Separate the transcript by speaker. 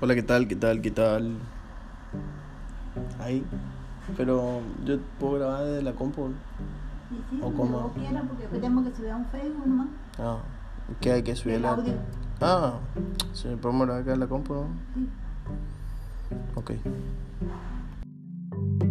Speaker 1: Hola, ¿qué tal? ¿Qué tal? ¿Qué tal? Ahí. Pero yo puedo grabar desde la compu. ¿no?
Speaker 2: Y sí,
Speaker 1: O
Speaker 2: donde
Speaker 1: como-
Speaker 2: vos quieras, porque después tenemos que subir a un Facebook nomás.
Speaker 1: Ah, ¿qué hay que subir?
Speaker 2: El
Speaker 1: la-
Speaker 2: audio.
Speaker 1: Ah, si me podemos grabar acá en la compu. ¿no?
Speaker 2: Sí.
Speaker 1: Ok.